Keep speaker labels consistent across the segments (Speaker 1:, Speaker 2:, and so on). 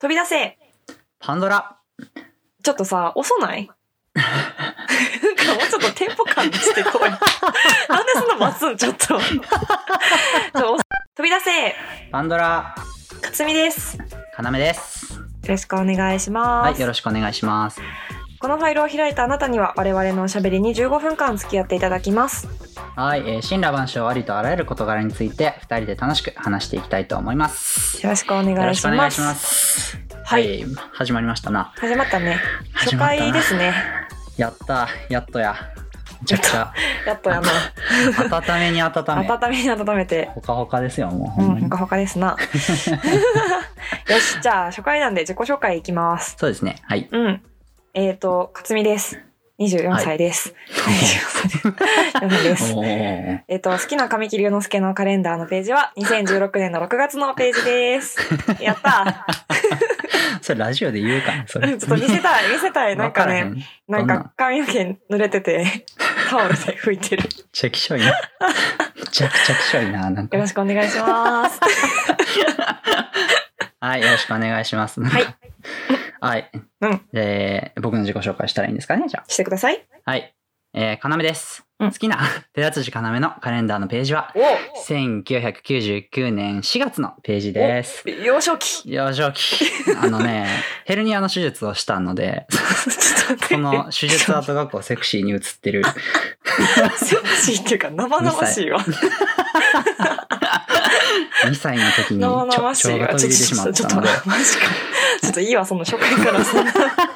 Speaker 1: 飛び出せ
Speaker 2: パンドラ。
Speaker 1: ちょっとさ、遅ないなんかもうちょっとテンポ感出してこい。なんでそんな待つんちょっと。ちょっと遅飛び出せ
Speaker 2: パンドラ、
Speaker 1: かつみです。よ
Speaker 2: かなめです。
Speaker 1: ろしくお願いします。
Speaker 2: はい、よろしくお願いします。
Speaker 1: このファイルを開いたあなたには我々のおしゃべりに15分間付き合っていただきます。
Speaker 2: はい、えー、神羅万象ありとあらゆる事柄について、二人で楽しく話していきたいと思います。
Speaker 1: よろしくお願いします。
Speaker 2: よろしくお願いします。
Speaker 1: はい
Speaker 2: 始まりましたな。
Speaker 1: 始まったね。初
Speaker 2: 始まったな
Speaker 1: 回ですね。
Speaker 2: やった、やっとや。めちゃくちゃ、
Speaker 1: やっとあの、
Speaker 2: 温めに温め。
Speaker 1: 温めに温めて。
Speaker 2: ほかほかですよ、もう、
Speaker 1: う
Speaker 2: ほんま
Speaker 1: ん、
Speaker 2: に。
Speaker 1: ほかほかです な。よし、じゃあ初回なんで自己紹介いきます。
Speaker 2: そうですね、はい。
Speaker 1: うん。えっ、と、かつみです。24歳です。24歳 です。
Speaker 2: おー
Speaker 1: えっ、と、好きな神木隆之介のカレンダーのページは2016年の6月のページです。やった
Speaker 2: それラジオで言うかな、そ
Speaker 1: ーちょ
Speaker 2: れ。
Speaker 1: っと見せたい、見せたい。なんか
Speaker 2: わらへ
Speaker 1: ね、
Speaker 2: ん。めっ
Speaker 1: なん
Speaker 2: どんな
Speaker 1: か髪の毛濡れてて、 タオルで拭いてる。
Speaker 2: ちゃきしょいな。めちゃくちゃきしょいな、なん
Speaker 1: よ
Speaker 2: か
Speaker 1: ろ。しくお願いし ます。。
Speaker 2: はい、よろしくお願いします。はいはい。
Speaker 1: うん
Speaker 2: えー僕の自己紹介したらいいんですかね、じゃ
Speaker 1: してください。
Speaker 2: あ。はい。えー、かなめです。
Speaker 1: うん
Speaker 2: 好きな 寺辻かなめのカレンダーのページは、
Speaker 1: お
Speaker 2: 1999年4月のページです。
Speaker 1: 幼少期。
Speaker 2: 幼少期。あのね、ヘルニアの手術をしたので、
Speaker 1: ちょっと待って
Speaker 2: その手術跡がこうセクシーに映っ てる。
Speaker 1: セクシーっていうか生々しいわ。
Speaker 2: 2歳の時にち
Speaker 1: 生
Speaker 2: ょ
Speaker 1: 々しい
Speaker 2: 腸が
Speaker 1: わ。ちょ
Speaker 2: 飛び出てしま
Speaker 1: っと、
Speaker 2: っ
Speaker 1: ちょったと、
Speaker 2: の
Speaker 1: マ
Speaker 2: で
Speaker 1: ジ。か。ちょっといいわ、その初回からそんな。赤裸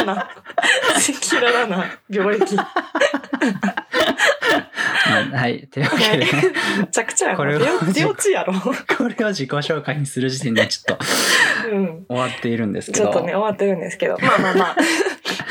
Speaker 1: 々な、赤裸々な病歴。め
Speaker 2: うんはい。というわけでね、
Speaker 1: ちゃくちゃや
Speaker 2: これ
Speaker 1: ろ。
Speaker 2: を
Speaker 1: 出落ち出落ちやろ。
Speaker 2: これを自己紹介にする時点でちょっと
Speaker 1: うん。
Speaker 2: 終わっているんですけ
Speaker 1: ち
Speaker 2: ど。
Speaker 1: ょっとね、終わってるんですけど。まあまあまあ。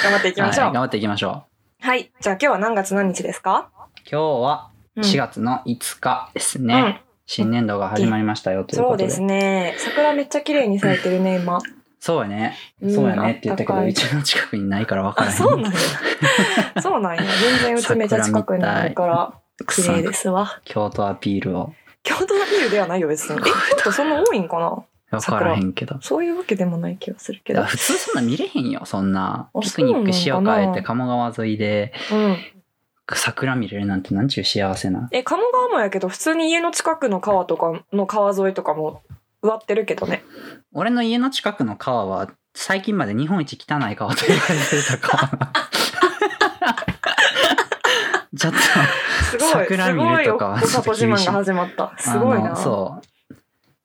Speaker 1: 頑張っていきましょ
Speaker 2: は
Speaker 1: う
Speaker 2: い、。頑張っていきましょ
Speaker 1: はい。じゃあ今日は何月何日ですか
Speaker 2: う。今日は
Speaker 1: うん
Speaker 2: 4月の5日ですね。
Speaker 1: うん
Speaker 2: 新年度が始まりましたよというこ
Speaker 1: そう
Speaker 2: とで。
Speaker 1: ですね。桜めっちゃ綺麗に咲いてるね、今。
Speaker 2: そうやね。
Speaker 1: うん
Speaker 2: そうやねって言ったけど、
Speaker 1: あったかいう
Speaker 2: ちの近くにないから分から
Speaker 1: あ、
Speaker 2: へん。
Speaker 1: そうなんや。そうなんや。全然うちめちゃ近くにあるから、
Speaker 2: く
Speaker 1: 綺
Speaker 2: そ
Speaker 1: 麗ですわ。
Speaker 2: 京都アピールを。
Speaker 1: 京都のビールではないよ、 別に。え、もっとそんな多いんかな
Speaker 2: 分からへんけど。
Speaker 1: そういうわけでもない気がするけ
Speaker 2: いや
Speaker 1: ど。
Speaker 2: 普通そんな見れへんよ、そんな。
Speaker 1: あ
Speaker 2: ピクニック
Speaker 1: そうな
Speaker 2: 潮
Speaker 1: んかな
Speaker 2: 変えて鴨川沿いで
Speaker 1: うん。
Speaker 2: 桜見れるなんてなんちゅう幸せな。
Speaker 1: え、鴨川もやけど、普通に家の近くの川とかの川沿いとかも植わってるけどね。
Speaker 2: 俺の家の近くの川は最近まで日本一汚い川と言われてた 川ちょっと
Speaker 1: すごい。
Speaker 2: 桜見るとかは
Speaker 1: すごい、お里自慢が始まった。すごい
Speaker 2: あ
Speaker 1: な。
Speaker 2: のそう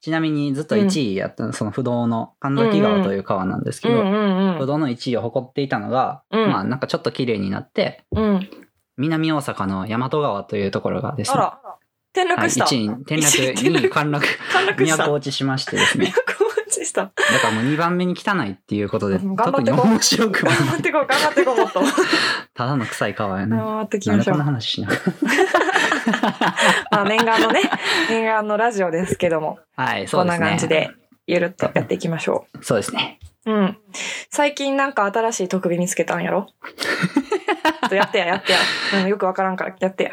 Speaker 2: ちなみにずっと1位やった、その不動の神崎川という川なんですけ
Speaker 1: う
Speaker 2: ど、
Speaker 1: んうんう
Speaker 2: 不
Speaker 1: ん。
Speaker 2: 動の1位を誇っていたのが、
Speaker 1: うん
Speaker 2: まあなんかちょっと綺麗になって
Speaker 1: うん。
Speaker 2: 南大阪の大和川というところがです
Speaker 1: あ
Speaker 2: ね、
Speaker 1: ら、転
Speaker 2: は
Speaker 1: 落
Speaker 2: い、
Speaker 1: した。
Speaker 2: 1位に転落
Speaker 1: 一位に
Speaker 2: 2位陥落
Speaker 1: 陥落した。
Speaker 2: 都
Speaker 1: 都
Speaker 2: 落ちしましてで すね
Speaker 1: 落ちした。
Speaker 2: だからもう2番目に汚いっていうことで
Speaker 1: うん頑張っ
Speaker 2: 特に
Speaker 1: てこう
Speaker 2: 面白くも
Speaker 1: 頑
Speaker 2: ない
Speaker 1: 張ってこう、頑張ってこう、もっ と。
Speaker 2: ただの臭い川 やね。
Speaker 1: 頑張っていき
Speaker 2: なん
Speaker 1: ま
Speaker 2: で
Speaker 1: しょ
Speaker 2: こ
Speaker 1: う。
Speaker 2: んな
Speaker 1: ま
Speaker 2: 話しな
Speaker 1: あ、念願のね、念願のラジオですけども、
Speaker 2: はい、そ
Speaker 1: こ
Speaker 2: うん
Speaker 1: な
Speaker 2: ですね。
Speaker 1: 感じで、ゆるっとやっていきましょ
Speaker 2: そうですね。
Speaker 1: う。うん。最近なんか新しい特技見つけたんや ろちょっとやってや、やってや。うん、よくわからんから、やってや。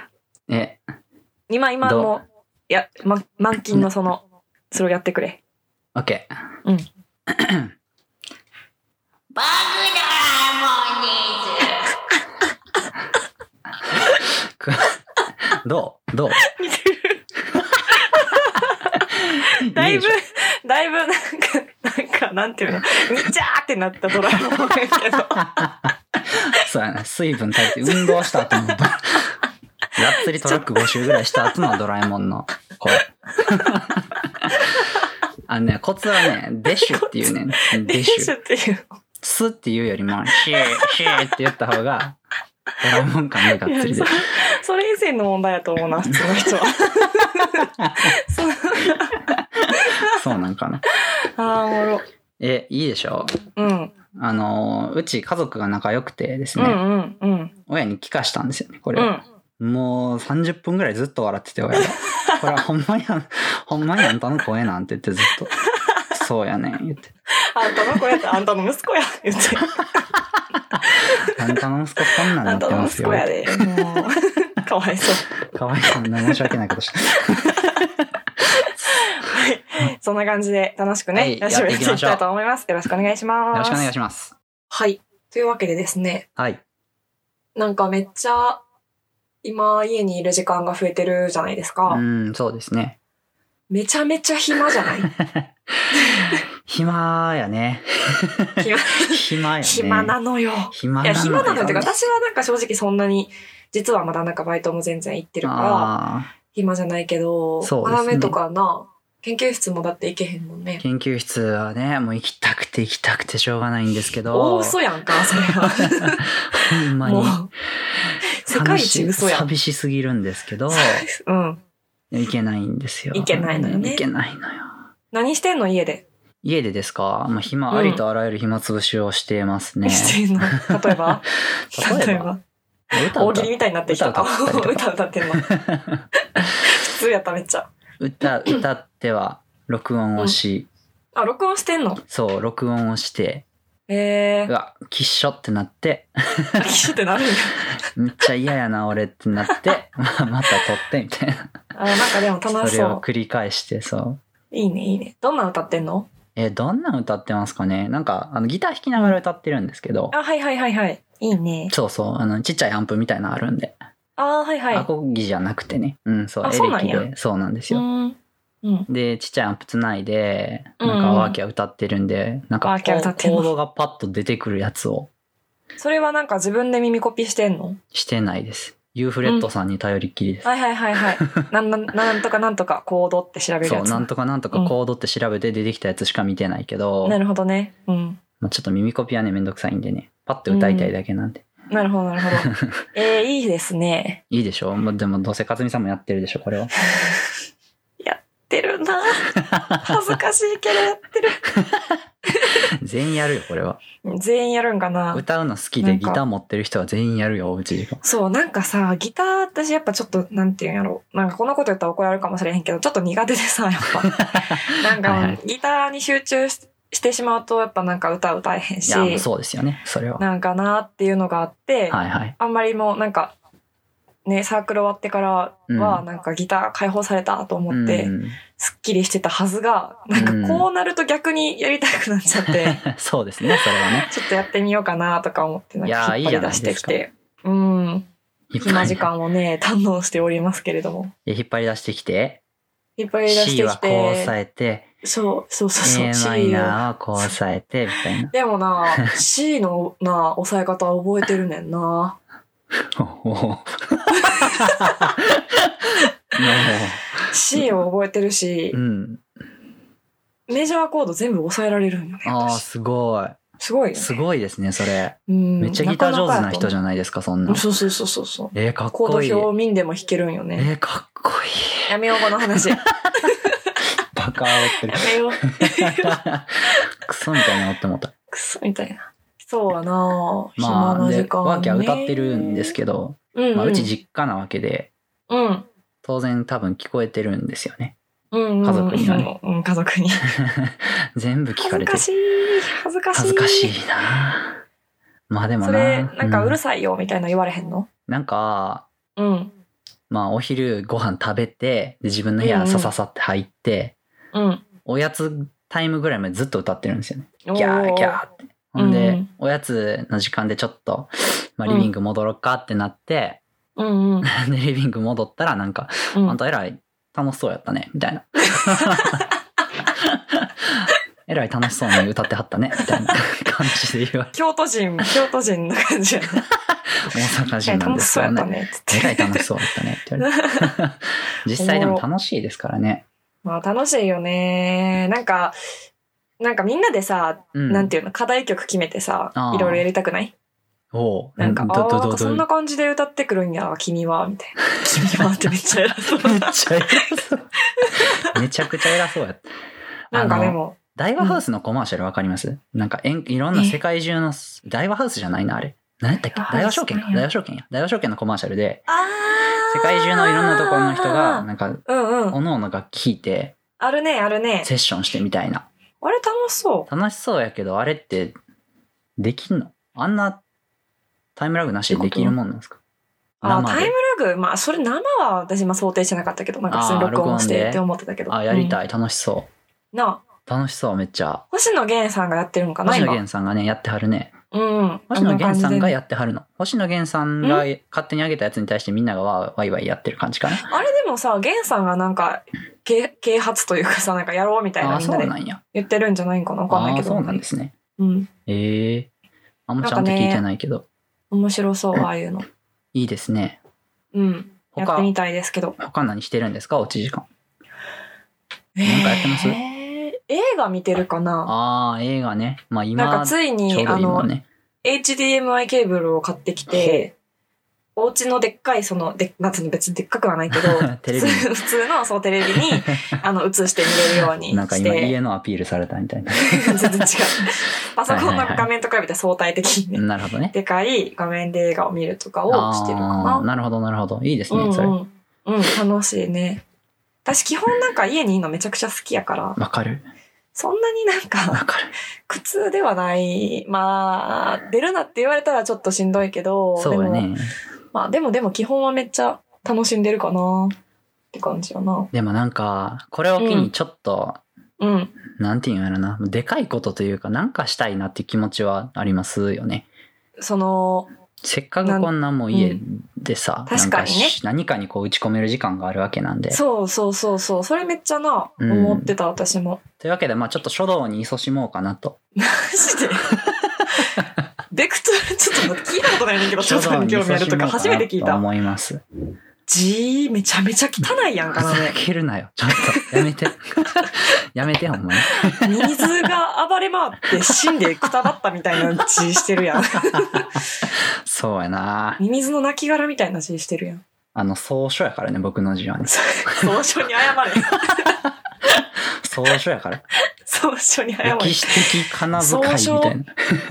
Speaker 2: え、
Speaker 1: 今、今
Speaker 2: どう
Speaker 1: の、いや、ま、満勤のその、それをやってく れ。
Speaker 2: オッケー。
Speaker 1: うん。
Speaker 3: 僕らもです。
Speaker 2: くどうどう
Speaker 1: 似てる。だいぶ
Speaker 2: でしょ、
Speaker 1: だいぶ、なんか、なんか、なんていうの、にちゃーってなったドラえもんやけど。
Speaker 2: そうやな。水分足りて運動した後の。がっつりトラック5周ぐらいした後のドラえもんの声。 あのね、コツはね、デッシュっていうね。デッ
Speaker 1: シ
Speaker 2: シ
Speaker 1: ュ っ
Speaker 2: ュ。
Speaker 1: ていう。
Speaker 2: スっていうよりも、シュー、シューって言った方が、ドラえもん感ががっつり
Speaker 1: い
Speaker 2: で
Speaker 1: や。そそれ以前の問題やと思うな、普通の人は。 そう
Speaker 2: そうなんかな。
Speaker 1: ああ、おもろ。
Speaker 2: え、いいでしょ
Speaker 1: うん。
Speaker 2: あのーうち家族が仲良くてです
Speaker 1: う
Speaker 2: ね、
Speaker 1: んうんうん。
Speaker 2: 親に帰化したんですよね、こ
Speaker 1: う
Speaker 2: れ。
Speaker 1: ん。
Speaker 2: もう30分ぐらいずっと笑ってて、親が。これはほんまにあん、ほんまにあんたの声なんて言ってずっと。そうやねん、言って。
Speaker 1: あんたの子やったあんたの息子や。言って。
Speaker 2: あんたの息子こんなん
Speaker 1: あ
Speaker 2: なんって
Speaker 1: たの
Speaker 2: ます
Speaker 1: 息
Speaker 2: よ
Speaker 1: 子。や で。もうかわいそう。
Speaker 2: かわいそうな申し訳ないことした。
Speaker 1: はい。そんな感じで楽しくね、
Speaker 2: はい
Speaker 1: ラジオやっ
Speaker 2: やって
Speaker 1: てい
Speaker 2: いきま
Speaker 1: き
Speaker 2: しょう
Speaker 1: たいと思います。よろしくお願いします。
Speaker 2: よろしくお願い
Speaker 1: し
Speaker 2: します。
Speaker 1: ます。はい。というわけでですね、
Speaker 2: はい。
Speaker 1: なんかめっちゃ、今家にいる時間が増えてるじゃないですか。
Speaker 2: うん、そうで すね。
Speaker 1: めちゃめちゃ暇じゃ ない
Speaker 2: 暇やね。
Speaker 1: 暇
Speaker 2: 暇やね。
Speaker 1: 暇なのよ。
Speaker 2: 暇
Speaker 1: い
Speaker 2: な
Speaker 1: や、
Speaker 2: のよ
Speaker 1: 暇なのよってか、
Speaker 2: ね
Speaker 1: 私はなんか正直そんなに、実はまだなんかバイトも全然行ってるから、
Speaker 2: あ
Speaker 1: 暇じゃないけど、
Speaker 2: そうですね
Speaker 1: 花芽とかな、研究室もだって行けへんもん
Speaker 2: ー
Speaker 1: ね。
Speaker 2: 研究室はね、もう行きたくて行きたくてしょうがないんですけど。
Speaker 1: 大嘘やんか、それは。
Speaker 2: ほんま
Speaker 1: も
Speaker 2: に。
Speaker 1: う、世界一嘘やん。
Speaker 2: 寂し寂しすぎるんですけど、
Speaker 1: うん。
Speaker 2: 行けないんですよ。
Speaker 1: 行けないのよね
Speaker 2: 行けないのよ。
Speaker 1: 何してんの、家で。
Speaker 2: 家でですかまあ、暇、
Speaker 1: うん
Speaker 2: ありとあらゆる暇つぶしをしてますね。
Speaker 1: してんの。例えば
Speaker 2: 例
Speaker 1: 例
Speaker 2: え
Speaker 1: え
Speaker 2: ば、
Speaker 1: ば
Speaker 2: 歌
Speaker 1: 大
Speaker 2: 歌
Speaker 1: 喜利みたいになってきた。
Speaker 2: 歌歌ったりと か
Speaker 1: 歌歌ってんの。 普通やった、めっちゃ。
Speaker 2: 歌、歌っては、録音をし、
Speaker 1: あ、録音してんの。
Speaker 2: そう、録音をして、
Speaker 1: えー。
Speaker 2: うわ、きっしょってなって、
Speaker 1: 飽き性ってなるんや。
Speaker 2: めっちゃ嫌やな、俺ってなって、 まあ、また撮って、みたいな。
Speaker 1: あ、なんかでも楽し
Speaker 2: それ
Speaker 1: そ
Speaker 2: を
Speaker 1: う。
Speaker 2: 繰り返して、そう。
Speaker 1: いいね、いいね。どんな歌ってんの
Speaker 2: え、どんなん歌ってますかねなんか、あの、ギター弾きながら歌ってるんですけど、
Speaker 1: あ、はいはいはいはい。いいね。
Speaker 2: そうそう、あの、ちっちゃいアンプみたいなのあるんで、
Speaker 1: あー、はいはい。
Speaker 2: アコギじゃなくてね。うん、そう、
Speaker 1: あ
Speaker 2: エ
Speaker 1: そうな
Speaker 2: レ
Speaker 1: ん
Speaker 2: キ
Speaker 1: や
Speaker 2: で、そうなんです
Speaker 1: う
Speaker 2: よ。
Speaker 1: ん。うん。
Speaker 2: で、ちっちゃいアンプつないで、
Speaker 1: うん
Speaker 2: なんかワーキャー歌ってるんで、なんか
Speaker 1: ワーキャー歌ってんの
Speaker 2: コードがパッと出てくるやつを
Speaker 1: それはなんか自分で耳コピしてんの
Speaker 2: してないです。ユーフレットさんに頼りっきりです。
Speaker 1: はいはいはい はい。なんなんなんとかなんとかコードって調べる
Speaker 2: そ
Speaker 1: や
Speaker 2: う、
Speaker 1: つ。
Speaker 2: なんとかなんとかコードって調べて出てきたやつしか見てないけど、
Speaker 1: なるほどね。うん。
Speaker 2: まあ、ちょっと耳コピはね、めんどくさいんでね、パッと歌いたいだけなんで。
Speaker 1: なるほどなるほど。 えー、いいですね。
Speaker 2: いいでしょまあでも、どうせかつみさんもやってるでしょ、これは。
Speaker 1: やってるな。恥ずかしいけどやってる。
Speaker 2: 全員やるよ、これは。
Speaker 1: 全員やるんかな。
Speaker 2: 歌うの好き
Speaker 1: な
Speaker 2: で
Speaker 1: ん
Speaker 2: ギ
Speaker 1: か
Speaker 2: ター持ってる人は全員やるよ、おうちで。
Speaker 1: そう、なんかさ、ギター、私やっぱちょっと、なんていうんやろ。なんかこんなこと言ったら怒られるかもしれへんけど、ちょっと苦手でさ、やっぱ。 なんか、
Speaker 2: はいはい
Speaker 1: ギターに集中ししてしまうと、やっぱなんか歌歌えへん
Speaker 2: い
Speaker 1: し、
Speaker 2: や、もうそうですよね、それは。
Speaker 1: なんかなっていうのがあって、
Speaker 2: はいはい。
Speaker 1: あんまりもうなんか、ね、サークル終わってからは、
Speaker 2: うん
Speaker 1: なんかギター解放されたと思って、
Speaker 2: うん、
Speaker 1: すっきりしてたはずが、なんかこうなると逆にやりたくなっちゃって、
Speaker 2: そうですね、それはね。
Speaker 1: ちょっとやってみようかなとか思って、なんか
Speaker 2: い
Speaker 1: 引
Speaker 2: や
Speaker 1: っ張
Speaker 2: ー
Speaker 1: り出してき
Speaker 2: いいじ
Speaker 1: て、うん、
Speaker 2: 引っ張
Speaker 1: 暇
Speaker 2: り
Speaker 1: 時間をね、堪能しておりますけれども。
Speaker 2: いや引っ張り出してきて、
Speaker 1: 引っ張り出し
Speaker 2: C
Speaker 1: て
Speaker 2: は
Speaker 1: き
Speaker 2: こう押
Speaker 1: て、
Speaker 2: さえて、
Speaker 1: そう、そうそうそう、。
Speaker 2: A マイナーはこう押さえて、みたいな
Speaker 1: でもな、C のな、押さえ方覚えてるねんな。
Speaker 2: おおもう
Speaker 1: C を覚えてるし
Speaker 2: う、ん。
Speaker 1: メジャーコード全部押さえられるんよね。
Speaker 2: ああ、
Speaker 1: 私
Speaker 2: すごい。
Speaker 1: すごいよね。
Speaker 2: すごいですね、それ。
Speaker 1: うん
Speaker 2: めっちゃギター上手な人じ
Speaker 1: ゃ
Speaker 2: ゃないですか、そん
Speaker 1: う。
Speaker 2: なん
Speaker 1: そうそうそうそうそう。
Speaker 2: えー、かっ
Speaker 1: コード
Speaker 2: こいい
Speaker 1: 表。を見んでも弾けるんよね。
Speaker 2: えー、かっこいい。
Speaker 1: やめようこの話。や
Speaker 2: バカ煽ってる。
Speaker 1: め よう。
Speaker 2: クソみたいなのって思った。
Speaker 1: クソみたいな。そうやな
Speaker 2: ま
Speaker 1: 暇
Speaker 2: あ、
Speaker 1: な
Speaker 2: で、
Speaker 1: 時間、ね。
Speaker 2: ワーキャー歌ってるんですけど、
Speaker 1: うん、うん。
Speaker 2: まあ、うち実家なわけで、
Speaker 1: うん。
Speaker 2: 当然多分聞こえてるんですよね。
Speaker 1: うん、うん。
Speaker 2: 家族にはね
Speaker 1: うん、家族に。
Speaker 2: 全部聞
Speaker 1: 恥ず
Speaker 2: かれて
Speaker 1: か
Speaker 2: る。
Speaker 1: しい。恥ずかしい。
Speaker 2: 恥ずかしいなまあでもな
Speaker 1: それ、なんかうる
Speaker 2: さ、
Speaker 1: さいよみたいな言われへんの
Speaker 2: うんなんか、
Speaker 1: うん。ま
Speaker 2: まあお昼ご飯食べて、で自分の部屋さささって入って、
Speaker 1: うん。
Speaker 2: おやつタイムぐらいまでずっと歌ってるんですよね。
Speaker 1: ギ
Speaker 2: ギャーギャーって。ほんで、
Speaker 1: うん
Speaker 2: おやつの時間でちょっと、まあリビング戻ろうかってなって、
Speaker 1: うんうん。
Speaker 2: で、リビング戻ったらなんか、
Speaker 1: うん
Speaker 2: あんたえらい楽しそうやったね、みたいな。えらい楽しそうに歌ってはったね、みたいな感じで言われ
Speaker 1: 京都人、京都人の感じやな。
Speaker 2: 大阪人なん
Speaker 1: 楽
Speaker 2: で
Speaker 1: し
Speaker 2: す
Speaker 1: そう
Speaker 2: よ
Speaker 1: やっ
Speaker 2: ね
Speaker 1: た。ね。つ
Speaker 2: えら
Speaker 1: っ
Speaker 2: い
Speaker 1: て。
Speaker 2: 楽しそうだったねって言われて実際でも楽しいですからね。
Speaker 1: まあ楽しいよね。なんか、なんかみんなでさ、
Speaker 2: うん、
Speaker 1: なんていうの、課題曲決めてさ
Speaker 2: あ、ー
Speaker 1: いろいろやりたくない
Speaker 2: おう
Speaker 1: なんか、
Speaker 2: ど
Speaker 1: ああ、
Speaker 2: ど
Speaker 1: なん
Speaker 2: ど
Speaker 1: かそんな
Speaker 2: ど
Speaker 1: 感じで歌ってくるんや、 君は、みたいな。君はってめっちゃ偉そう。
Speaker 2: めっちゃ偉そう。めちゃくちゃ偉そうやった。
Speaker 1: なんかで
Speaker 2: あの、
Speaker 1: も、
Speaker 2: ダイワハウスのコマーシャルわかります、なんかえん、いろんな世界中の、ダイワハウスじゃないな、あれ。何やったっけ
Speaker 1: ダイワハウス
Speaker 2: 大和証券か。
Speaker 1: なんや
Speaker 2: 大和証券や。大和証券のコマーシャルで、
Speaker 1: あ
Speaker 2: 世界中のいろんなところの人が、、なんか、
Speaker 1: うんうん。
Speaker 2: おのおの楽器弾いて、
Speaker 1: あるね、あるね。
Speaker 2: セッションしてみたいな。
Speaker 1: あれ楽しそ
Speaker 2: 楽しそうやけど、あれって、できんのあんなタイムラグなしでできるもんなんですか
Speaker 1: う。あー
Speaker 2: 生で
Speaker 1: タイムラグ、まあ、それ生は私、まあ想定してなかったけど、なんか普通に録音してって思ってたけど。
Speaker 2: あ、やりたい、楽しそ
Speaker 1: なあ、
Speaker 2: 楽しそう、めっちゃ。
Speaker 1: 星野源さんがやってるんかな
Speaker 2: 星野
Speaker 1: 今
Speaker 2: 源さんがね、やってはるね。
Speaker 1: うん。
Speaker 2: 星野源
Speaker 1: あな
Speaker 2: さんが
Speaker 1: 感じで
Speaker 2: やってはるの。星野源さんが勝手に上げたやつに対してみんながわーわいわいやってる感じかな。
Speaker 1: あれでもさ、源さんがなんか、啓啓発というかさ、なんかやろうみたい
Speaker 2: あ
Speaker 1: な
Speaker 2: あ、
Speaker 1: みん
Speaker 2: そ
Speaker 1: な
Speaker 2: う
Speaker 1: で
Speaker 2: なんや。
Speaker 1: 言ってるんじゃないんかなわかん
Speaker 2: あ
Speaker 1: ない
Speaker 2: あ
Speaker 1: け
Speaker 2: ー、
Speaker 1: ど。
Speaker 2: そうなんですね。
Speaker 1: うん。
Speaker 2: ええあんまちゃんと聞いてないけど。
Speaker 1: 面白そう、ああいうの。
Speaker 2: いいですね。
Speaker 1: うん。やって
Speaker 2: 他、
Speaker 1: みたいですけど。
Speaker 2: 他何してるんですかおうち時間。
Speaker 1: なん
Speaker 2: かやってます
Speaker 1: 映画見てるかな
Speaker 2: ああ、映画ね。まあ今、
Speaker 1: なんかつい
Speaker 2: ちょ
Speaker 1: に、
Speaker 2: うど
Speaker 1: あ
Speaker 2: 今
Speaker 1: の、
Speaker 2: ね。、
Speaker 1: HDMI ケーブルを買ってきて、お家のでっかい、その、でっなんつうの別にでっかくはないけど
Speaker 2: テレビに
Speaker 1: 普通の、そう、テレビ に、あの、映して見れるようにして。
Speaker 2: なんか今家のアピールされたみたいな。
Speaker 1: 全然違う。 パソコン
Speaker 2: はい
Speaker 1: の
Speaker 2: はいはい
Speaker 1: 画面とかみたいな相対的にね、
Speaker 2: なるほどね。
Speaker 1: でかい画面で映画を見るとかをしてるか
Speaker 2: あー
Speaker 1: な。
Speaker 2: なるほど、なるほど。いいです
Speaker 1: うんう
Speaker 2: ね、それ。わ、
Speaker 1: ん、うん、楽しいね。私基本なんか家にいるのめちゃくちゃ好きやから、
Speaker 2: かる。
Speaker 1: そんなになん
Speaker 2: わ
Speaker 1: か
Speaker 2: かる。
Speaker 1: 苦痛ではない。まあ、出るなって言われたらちょっとしんどいけど、
Speaker 2: そうや
Speaker 1: でも、
Speaker 2: ね。
Speaker 1: まあでもでも基本はめっちゃ楽しんでるかなって感じやな。
Speaker 2: でもなんか、これを機にちょっと、
Speaker 1: うん。
Speaker 2: なんていうんやろな。でかいことというか、なんかしたいなっていう気持ちはありますよね。
Speaker 1: その、
Speaker 2: せっかくこんなもう
Speaker 1: な
Speaker 2: 家
Speaker 1: んう
Speaker 2: でさ、
Speaker 1: 確かにね
Speaker 2: なんし何かにこう打ち込める時間があるわけなんで。
Speaker 1: そうそうそうそう、それめっちゃな、
Speaker 2: うん
Speaker 1: 思ってた私も。
Speaker 2: というわけで、まあちょっと書道に勤しもうかなと。
Speaker 1: マジ でベクトル、ちょっと待って聞いたことない ねんけど、書道に興味あるとか初めて聞い
Speaker 2: と
Speaker 1: た。
Speaker 2: 思います。
Speaker 1: 字、めちゃめちゃ汚いやん
Speaker 2: ふ
Speaker 1: かな、
Speaker 2: ざ
Speaker 1: ね。
Speaker 2: けるなよ。ちょっと、やめて。 やめて、ほんまに。
Speaker 1: 水が暴れ回って死んでくたばったみたいな字してるやん。
Speaker 2: そうやな
Speaker 1: ミミズの亡きみたいな字してるやん。
Speaker 2: あの、草書やからね、僕の字はね。
Speaker 1: 総書に謝れ。
Speaker 2: 草書 やから。
Speaker 1: 総書に謝れ。
Speaker 2: 歴史的金遣いみたいな。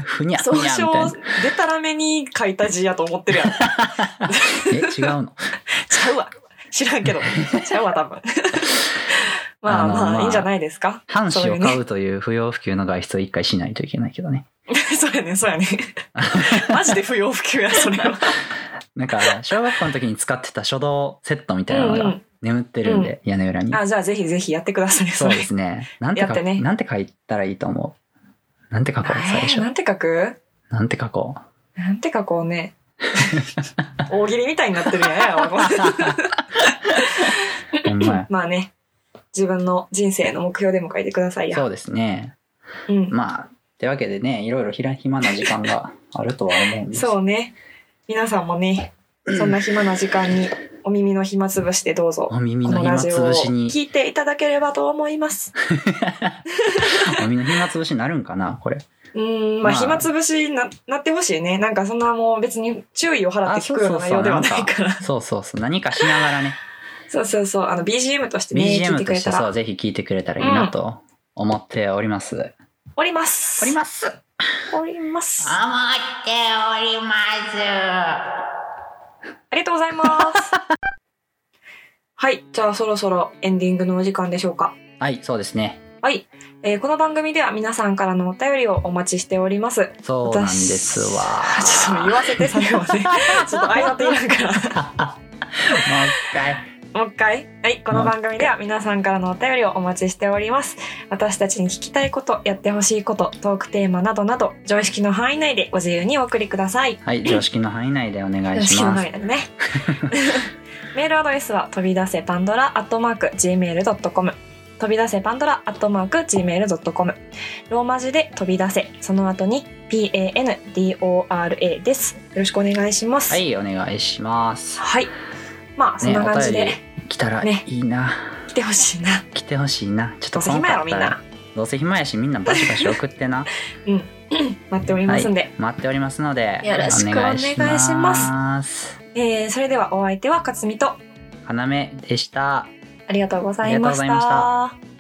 Speaker 2: ふにゃふ
Speaker 1: 総
Speaker 2: にゃみたい
Speaker 1: 書
Speaker 2: な。
Speaker 1: でたらめに書いた字やと思ってるやん。ち
Speaker 2: え、違うの
Speaker 1: ゃうわ。知らんけど。ちゃうわ、 多分。まあ
Speaker 2: あの
Speaker 1: まあ、
Speaker 2: まあ
Speaker 1: いいんじゃないですか。
Speaker 2: 半
Speaker 1: そう
Speaker 2: 紙
Speaker 1: よ
Speaker 2: を
Speaker 1: ね
Speaker 2: 買うという不要不急の外出を一回しないといけないけどね。
Speaker 1: そうやね、そうやね。 マジで不要不急や、それは。
Speaker 2: なんか、小学校の時に使ってた書道セットみたいなの
Speaker 1: うんう
Speaker 2: が
Speaker 1: ん
Speaker 2: 眠ってるんで、屋根裏に。
Speaker 1: あ、じゃあぜひぜひやってください、
Speaker 2: そ
Speaker 1: そうれ。
Speaker 2: ですね。なんて
Speaker 1: や
Speaker 2: 書
Speaker 1: ってね
Speaker 2: なんて書いたらいいと思うなんて書こう最
Speaker 1: えー
Speaker 2: 初
Speaker 1: な。んて書く
Speaker 2: なんて書こう
Speaker 1: なんて書こう ね。大喜利みたいになってるやんややわこれ。
Speaker 2: ほんまや
Speaker 1: まあね、自分の人生の目標でも書いてくださいや。
Speaker 2: そうですね。
Speaker 1: うん。
Speaker 2: まあ、ってわけでね、いろいろひら暇な時間 があるとは思うんです
Speaker 1: そうね。皆さんもね、そんな暇な時間にお耳の暇つぶしでどうぞ。
Speaker 2: お耳
Speaker 1: こ
Speaker 2: の
Speaker 1: の
Speaker 2: 暇
Speaker 1: ラジ
Speaker 2: つ
Speaker 1: オを
Speaker 2: ぶしに、
Speaker 1: 聞いていただければと思います。
Speaker 2: お耳の暇つぶしになるんかなこれ。
Speaker 1: うーん、まあ、
Speaker 2: まあ
Speaker 1: 暇つぶしにななってほしいね。なんかそんなもう別に注意を払って聞くような内容ではないから。
Speaker 2: そうそうそう。何かしながらね、
Speaker 1: そうそうそう。あの、BGM と してね、聞い
Speaker 2: BGM
Speaker 1: てく
Speaker 2: と
Speaker 1: れ
Speaker 2: して
Speaker 1: た
Speaker 2: そ
Speaker 1: ら
Speaker 2: う、。ぜひ聞いてくれたらいいなと思っております。
Speaker 1: おります。
Speaker 2: おります
Speaker 1: す。おります。あ
Speaker 3: 思っております。
Speaker 1: りがとうございます。 はい。じゃあそろそろエンディングのお時間でしょうか。
Speaker 2: はい、そうですね。
Speaker 1: はい。えーこの番組では皆さんからのお便りをお待ちしております。
Speaker 2: そうなんですわ。
Speaker 1: 私ち ょっと言わせて、最後まで。ちょっと合いの手いらんから。
Speaker 2: もう一回。
Speaker 1: もう一回。はい。この番組では皆さんからのお便りをお待ちしております。私たちに聞きたいこと、やってほしいこと、トークテーマなどなど、常識の範囲内でご自由にお送りください。
Speaker 2: はい、常識の範囲内でお願いし
Speaker 1: の
Speaker 2: ます
Speaker 1: 範。囲内でね。 メールアドレスは飛び出せパンドラアットマーク Gmail.com 飛び出せパンドラアットマーク Gmail.com ローマ字で飛び出せその後に PANDORA ですよろしくお願いします
Speaker 2: はい、お願いします。
Speaker 1: はいまあそん
Speaker 2: ね、
Speaker 1: な
Speaker 2: お
Speaker 1: 感じで、
Speaker 2: 便り来たらい
Speaker 1: ね
Speaker 2: いな。
Speaker 1: 来てほしいな
Speaker 2: 来てほしいな。ちょ
Speaker 1: ど
Speaker 2: っと
Speaker 1: うせ暇やろ
Speaker 2: 来
Speaker 1: み
Speaker 2: なか
Speaker 1: ん
Speaker 2: った
Speaker 1: な
Speaker 2: らどうせ暇やし、みんなバシバシ送っ てな。
Speaker 1: 待っておりますんで、
Speaker 2: 待っておりますので、
Speaker 1: よろしくお願いします
Speaker 2: お願いします。
Speaker 1: えーそれではお相手はかつみと
Speaker 2: 花芽でした。
Speaker 1: ありがとうございま
Speaker 2: ありがとうございま
Speaker 1: した